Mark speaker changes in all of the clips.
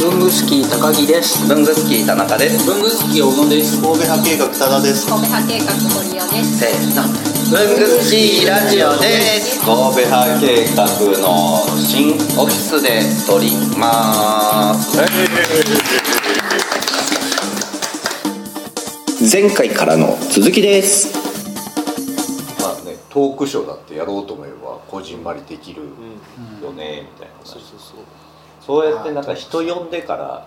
Speaker 1: 文具スキー高木です
Speaker 2: 文具スキー田中です
Speaker 1: 文具スキー小野です
Speaker 3: 神戸派計画多田です
Speaker 4: 神戸派計画堀尾です。
Speaker 2: せーの文具スキーラジオです
Speaker 3: 神戸派計画の
Speaker 2: 新オフィスで撮ります前回からの続きです
Speaker 3: まあねトークショーだってやろうと思えばこじんまりできるよねみたいなそうそうそうそうやってなんか人呼んでから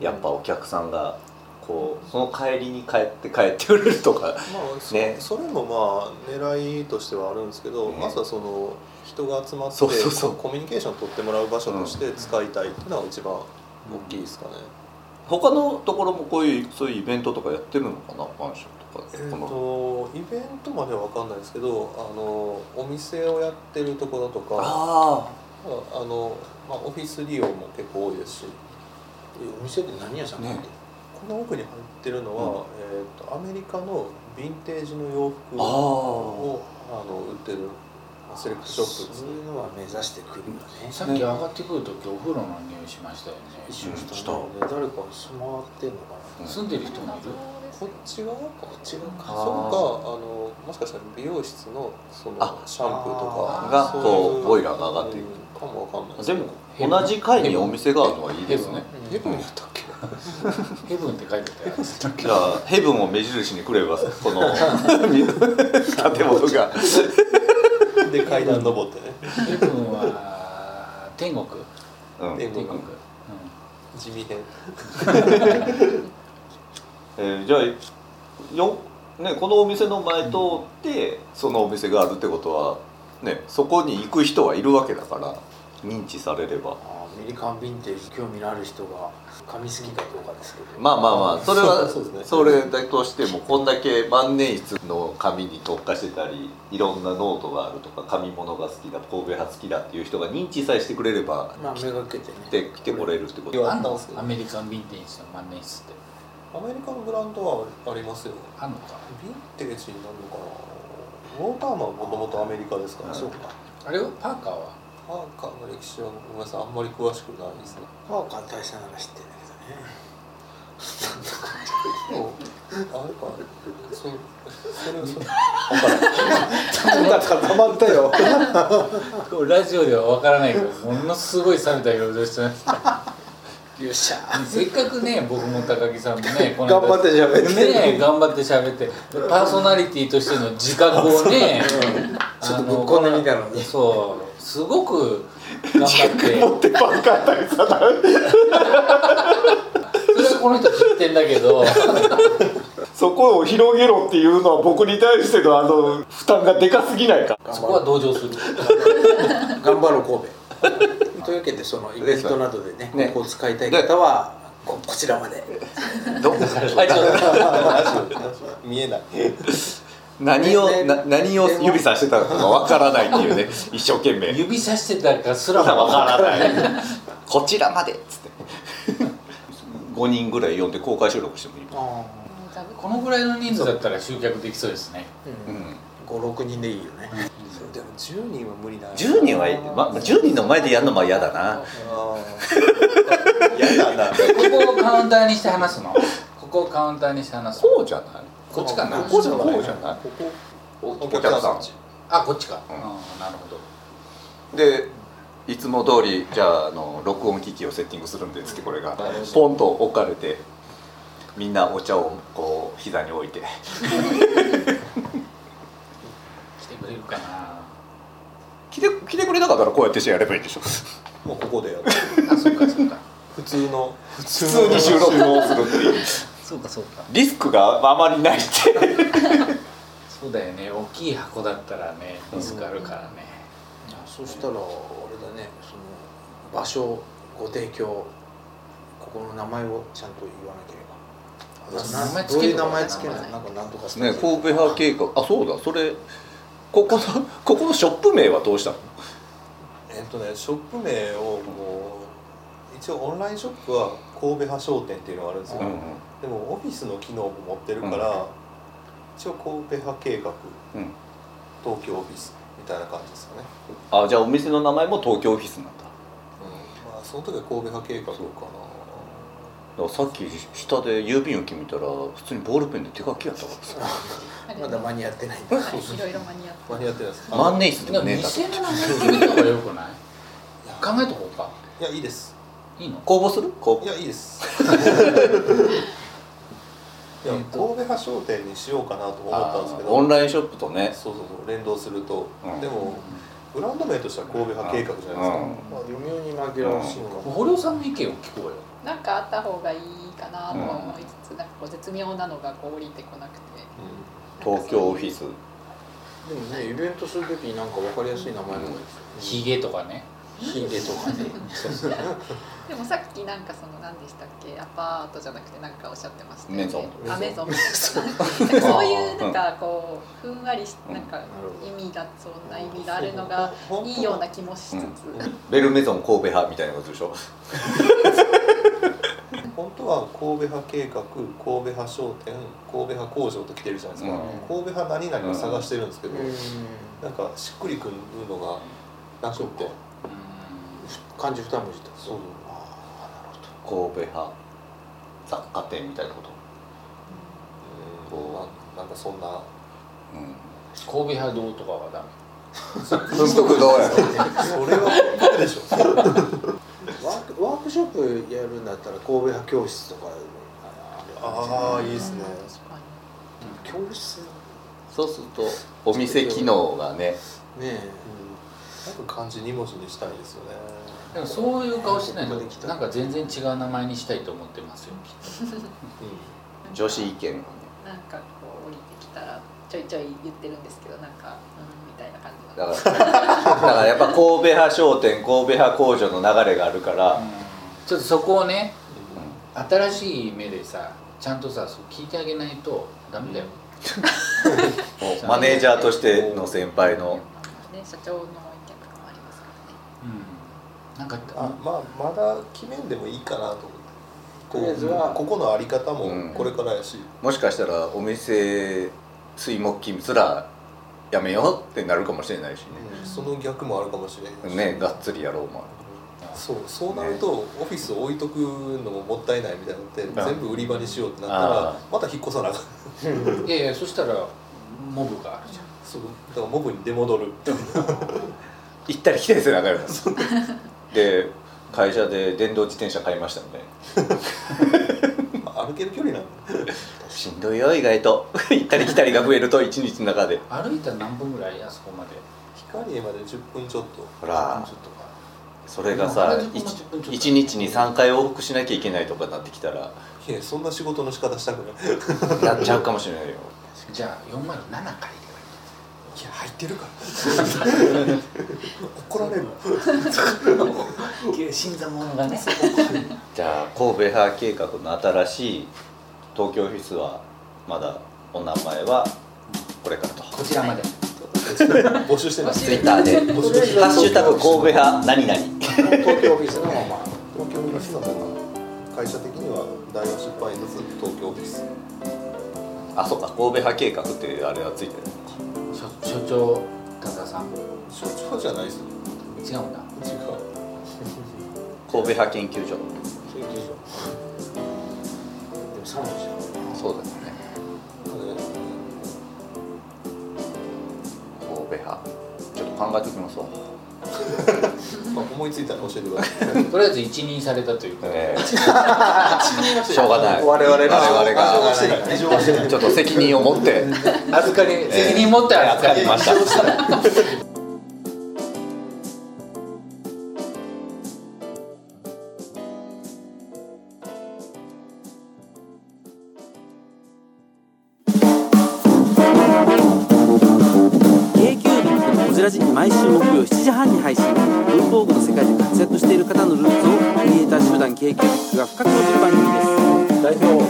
Speaker 3: やっぱお客さんがこうその帰りに帰って帰ってくれるとか
Speaker 5: まあそ
Speaker 3: ね
Speaker 5: それもまあ狙いとしてはあるんですけど、
Speaker 3: ね
Speaker 5: まずはその人が集まって
Speaker 3: そうそうそう
Speaker 5: こコミュニケーション取ってもらう場所として使いたいっていうのが一番大きいですかね、
Speaker 3: 他のところもこういうそういうイベントとかやってるのかなマンションとかで
Speaker 5: えっ
Speaker 3: この
Speaker 5: とイベントまでは分かんないですけどあのお店をやってるところとかあ
Speaker 3: あ
Speaker 5: あの、まあ、オフィス利用も結構多いですし
Speaker 1: お店って何屋さん
Speaker 3: ね
Speaker 5: この奥に入ってるのは、えっとアメリカのヴィンテージの洋服
Speaker 3: あ
Speaker 5: を
Speaker 3: あ
Speaker 5: あの売ってるセレクトショップですね
Speaker 1: いうのは目指してくるよね
Speaker 6: さっき上がってくる時お風呂の匂いしましたよね、
Speaker 1: 一緒
Speaker 3: うん
Speaker 1: したね誰か住まってんのか
Speaker 3: うん
Speaker 6: 住んでる人もいる
Speaker 5: こっち側かこっち側
Speaker 3: か
Speaker 5: かそうかあのもしかしたら美容室のそ
Speaker 3: あ
Speaker 5: のシャンプーとか
Speaker 3: が
Speaker 5: そう
Speaker 3: こ
Speaker 5: いう
Speaker 3: ボイラーが上がっていく
Speaker 5: うんかもわかんない
Speaker 3: でも同じ階にお店があるのはいいですね
Speaker 5: ヘブンやったっけ
Speaker 6: ヘブンって書いてたよ
Speaker 3: じゃあヘブンを目印にくればこ の建物が
Speaker 5: で階段登ってね
Speaker 6: ヘブンは天国
Speaker 3: うん
Speaker 5: 天
Speaker 6: 天
Speaker 5: 国
Speaker 6: 国、うん、
Speaker 5: 地味編
Speaker 3: えーじゃあよ、ね、このお店の前通って、そのお店があるってことは、ね、そこに行く人はいるわけだから認知されれば
Speaker 1: なアメリカンヴィンテージ興味のある人が噛みすぎかどうかですけど
Speaker 3: まあまあまあそれは
Speaker 5: そうそうですね
Speaker 3: それだとしてもこんだけ万年筆の紙に特化してたりいろんなノートがあるとか紙物が好きだ神戸派好きだっていう人が認知さえしてくれれば
Speaker 1: まあめがけて
Speaker 3: 来
Speaker 1: ね
Speaker 3: て来てこれるってこ
Speaker 5: い
Speaker 3: と
Speaker 5: や
Speaker 6: あんの
Speaker 5: そう
Speaker 6: アメリカンヴィンテージの万年筆って
Speaker 5: アメリカのブランドはありますよ
Speaker 6: あんのか
Speaker 5: ヴィンテージになるのかなウォーターマンはもともとアメリカですからね
Speaker 1: そうか
Speaker 6: あれはパーカーは
Speaker 5: パーカーの歴史はごめんなさいあんまり詳しくないですね
Speaker 1: パーカー大したなら知ってんだけ
Speaker 5: で
Speaker 1: どね
Speaker 5: もあれかそうそれはそれ
Speaker 3: たまった よ
Speaker 6: これラジオではわからないけどものすごい冷めた表情してます
Speaker 1: よっしゃ
Speaker 6: せっかくね僕も高木さん もねこ
Speaker 3: 頑張って喋って
Speaker 6: ねえ頑張って喋ってパーソナリティとしての自覚をね
Speaker 1: ちょっとぶっこんでみた
Speaker 6: ら
Speaker 1: のに
Speaker 6: そうすごく頑張って
Speaker 3: でパーカー大佐だ
Speaker 6: それはこの人知ってんだ けど
Speaker 3: そこを広げろっていうのは僕に対してのあの負担がでかすぎないか
Speaker 6: そこは同情する
Speaker 1: 頑張ろう神戸というわけでそのイベントなどでね
Speaker 3: ね
Speaker 1: ここを使いたい方はここちらまで
Speaker 3: どこ
Speaker 6: あちょっと
Speaker 5: 見えない
Speaker 3: 何を、
Speaker 1: ね
Speaker 3: な何を指さしてたのかわからないっていう ね一生懸命
Speaker 6: 指さしてたかすらも
Speaker 3: わ
Speaker 6: わ
Speaker 3: か
Speaker 6: かららない
Speaker 3: ないこちらまでっつって5人ぐらい呼んで公開収録してもいい、
Speaker 4: 座布
Speaker 6: このぐらいの人数だったら集客できそうですね
Speaker 3: うん、
Speaker 1: 56人でいいよね
Speaker 5: そうでも10人は無理だ
Speaker 3: 10人はいい、ま、10人の前でやるのも嫌だな嫌だな
Speaker 6: ここをカウンターにして話すのここをカウンターにして話すの
Speaker 3: こうじゃない
Speaker 6: こっちかな
Speaker 3: こうじゃないこうじゃない
Speaker 5: ここ
Speaker 3: お
Speaker 5: お
Speaker 3: 客
Speaker 5: 客
Speaker 3: さ
Speaker 5: さ
Speaker 3: ん
Speaker 5: ん
Speaker 6: あこっちか、
Speaker 3: うん
Speaker 6: うん、なるほど
Speaker 3: でいつも通りじゃああの録音機器をセッティングするんですけどこれがポンと置かれてみんなお茶をこう膝に置いて
Speaker 6: 来てくれるかな
Speaker 3: 来て来てくれなかったらこうやってやればいいでしょ
Speaker 5: もうここでやる
Speaker 6: あそっかそっか
Speaker 5: 普通の普通
Speaker 3: 普通に収録をするっていう
Speaker 6: そうかそうか
Speaker 3: リスクがあまりないって
Speaker 6: そうだよね大きい箱だったらねリスクあるからね、
Speaker 1: そしたらあれだねその場所ご提供ここの名前をちゃんと言わなければ
Speaker 6: 名前
Speaker 1: ど
Speaker 6: つ
Speaker 1: う
Speaker 6: け
Speaker 1: い
Speaker 6: る
Speaker 1: う名
Speaker 6: のかな
Speaker 1: 前つけないなんかなんとかスタジオ
Speaker 3: ね神戸派計画あそうだそれここのここのショップ名はどうしたの
Speaker 5: えっとねショップ名をもう一応オンラインショップは神戸派商店っていうのがあるんですよ、
Speaker 3: うん
Speaker 5: でもオフィスの機能も持ってるから、一応神戸派計画
Speaker 3: うん
Speaker 5: 東京オフィスみたいな感じですよね、
Speaker 3: あじゃあお店の名前も東京オフィスなんだ
Speaker 5: うんまあ、その時は神戸派計画かな
Speaker 3: からさっき下で郵便受け見たら普通にボールペンで手書きやったからさ
Speaker 1: まだ間に合ってないんだ
Speaker 4: はいいろいろ間に合って
Speaker 5: 間に合ってないですか
Speaker 3: 万年筆で
Speaker 6: で
Speaker 3: も
Speaker 6: も
Speaker 3: ねえんだ
Speaker 6: 2000の名前決めた方がよくない考えとこうか
Speaker 5: いやいいです
Speaker 6: いいの
Speaker 3: 公募する公
Speaker 5: い
Speaker 3: 募
Speaker 5: やいいです いや
Speaker 6: えっ
Speaker 5: 神
Speaker 6: と
Speaker 5: 戸派商店にしようかなと思ったんですけど
Speaker 3: オンラインショップとね
Speaker 5: そうそうそう連動すると、
Speaker 3: うん
Speaker 5: でもブランド名としては神戸派計画じゃないですか、
Speaker 1: まあ微妙に紛らわしいのかも、
Speaker 6: 堀尾さんの意見を聞こうよ
Speaker 4: なんかあった方がいいかなとは思いつつ、なんかこう絶妙なのがこう降りてこなくて
Speaker 3: 東京オフィス
Speaker 1: でもねイベントするときになんか分かりやすい名前の方がいいです
Speaker 6: ヒゲとかね
Speaker 1: ヒデとかね
Speaker 4: でもさっきなんかその何でしたっけアパートじゃなくてなんかおっしゃってましたよね
Speaker 3: メゾン
Speaker 4: あメゾンそういうなんかこうふんわりしなんか意味がそんな意味があるのがいいような気もしつつ、
Speaker 3: ベルメゾン神戸派みたいなことでしょ
Speaker 5: 本当は神戸派計画神戸派商店神戸派工場と来てるじゃないですか、
Speaker 3: うん
Speaker 5: 神戸派何々を探してるんですけど、
Speaker 1: うん
Speaker 5: なんかしっくりくるのがなくて
Speaker 1: 漢字二文字ってこと
Speaker 5: そう
Speaker 1: あ
Speaker 3: 神戸派雑貨店みたいなこと、
Speaker 5: うんまあなんかそんな
Speaker 3: うん、
Speaker 6: 神戸派堂とかはダメ
Speaker 3: 文福堂や
Speaker 5: それは無理でしょ
Speaker 1: ーなるほどワークワークショップやるんだったら神戸派教室とかあ
Speaker 5: ああいいですね
Speaker 4: 確かに
Speaker 1: れ教室
Speaker 3: そうするとお店機能がね
Speaker 1: ね
Speaker 5: 多分漢字2文字にしたいですよね
Speaker 6: でもそういう顔してないとなんか全然違う名前にしたいと思ってますよきっ
Speaker 3: 女子意見
Speaker 4: なんかこう降りてきたらちょいちょい言ってるんですけどなんかうんみたいな感じ
Speaker 3: だ
Speaker 4: の
Speaker 3: からだからやっぱ神戸派商店神戸派工場の流れがあるから、
Speaker 6: とちょっとそこをね新しい目でさちゃんとさそう聞いてあげないとダメだよ、
Speaker 3: もうマネージャーとしての先輩の
Speaker 4: ね社長の意見とかもありますからね
Speaker 6: うん、なんか
Speaker 5: あまあまだ決めんでもいいかなと思ってこと
Speaker 1: りあえずは
Speaker 5: ここのあり方
Speaker 3: うん
Speaker 5: もこれからやし、
Speaker 3: もしかしたらお店水木金すらやめようってなるかもしれないし
Speaker 5: その逆もあるかもしれないし
Speaker 3: ねねがっつりやろうも
Speaker 5: そうそうなると、オフィスを置いとくのももったいないみたいになって全部売り場にしようってなった
Speaker 3: あ
Speaker 5: らまた引っ越さなあかん
Speaker 6: いやいやそしたらモブがあるじゃん
Speaker 5: そうだからモブに出戻る
Speaker 3: 行ったり来たりする流れですで会社で電動自転車買いましたんで
Speaker 5: 歩ける距離なんで
Speaker 3: しんどいよ意外と 行ったり来たりが増えると一日の中で
Speaker 6: 歩いたら何分ぐらいあそこまで
Speaker 5: 光栄まで10分ちょっと
Speaker 3: ほら
Speaker 6: ちょっとか
Speaker 3: それが
Speaker 6: 70分も
Speaker 3: さ
Speaker 6: 10分ちょっと
Speaker 3: 1日に3回往復しなきゃいけないとかなってき たら
Speaker 5: いやそんな仕事の仕方したくない い
Speaker 3: やっちゃうかもしれないよ
Speaker 6: じゃあ407借りればいい
Speaker 5: や入ってるから 怒られる
Speaker 6: 新参者がね
Speaker 3: じゃあ神戸派計画の新しい東京オフィスはまだお名前はこれからと
Speaker 6: こちらまで
Speaker 5: 募集してます
Speaker 3: ツイッターで「
Speaker 5: 募集して
Speaker 3: ハ
Speaker 5: ま
Speaker 3: ッ
Speaker 5: す
Speaker 3: シュタグ神戸派何々」
Speaker 1: 東京オフィスのまま
Speaker 5: 東京オフィスの方が会社的には大和出版印刷東京オフィス
Speaker 3: あそうか神戸派計画ってあれはついてるのか
Speaker 6: 所所長田田さん
Speaker 5: 所長じゃないですよ
Speaker 6: 違うんだ
Speaker 5: 違う
Speaker 3: 神戸派研究
Speaker 1: 研究所
Speaker 3: 所
Speaker 1: でも三文字だ
Speaker 3: そうだよね神戸派ちょっと考えとき ますわ
Speaker 5: まあ、思いついたら教えてくだ さい
Speaker 6: とりあえず一任されたという か、
Speaker 3: ええ しょうがない
Speaker 1: 我々が
Speaker 3: 我々
Speaker 5: 異常は
Speaker 3: が
Speaker 5: してない異常はしてない
Speaker 3: ちょっと責任を持って
Speaker 6: 預か り責任持って預かりま
Speaker 3: ま
Speaker 6: し
Speaker 3: した
Speaker 7: こじらじ毎週木曜7時半に配信文房具の世界で活躍している方のルーツをクリエイター集団 k q b i c が深く落ちる番組です
Speaker 8: 代表お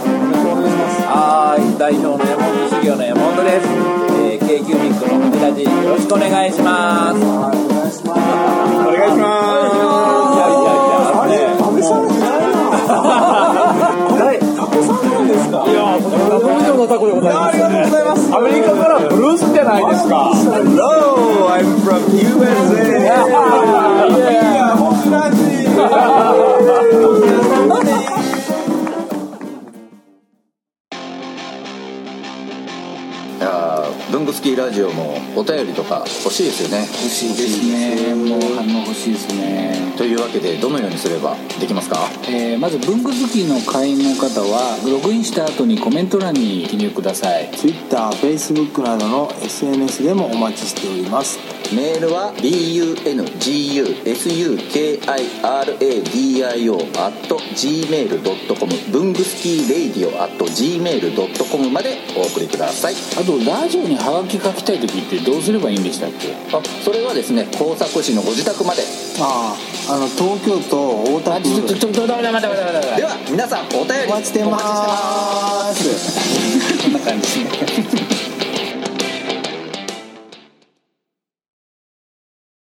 Speaker 8: 願いしますはい代表の山本修行の山本です、えー、k q b i c のホテラジよろしくお願いしますお願いしますいやいやいやあれ食べされてないなタコさんなんですかいやこれはどうのタコでございますありがとうございますアメリカからブルースじゃないですか Hello I'm from USA yeah. Yeah.
Speaker 3: ラジオもお便りとか欲しいですよね
Speaker 9: 欲しいですねもう反応欲しいですね
Speaker 3: というわけでどのようにすればできますか
Speaker 9: えーまず文具好きの会員の方はログインした後にコメント欄に記入ください
Speaker 7: TwitterFacebook などの SNS でもお待ちしております
Speaker 2: メールは bungusukradio.gmail.com 文具スキーレイディオ .gmail.com までお送りください
Speaker 9: あとラジオにハガキ書きたい時ってどうすればいいんでしたっけ
Speaker 2: あそれはですね工作士のご自宅まで
Speaker 7: あああの東京都大田
Speaker 9: あ
Speaker 7: 区
Speaker 9: ちょっとちょっと待って待って待って待って
Speaker 2: では皆さんお便り
Speaker 7: お待ちしてます
Speaker 9: こんな感じですね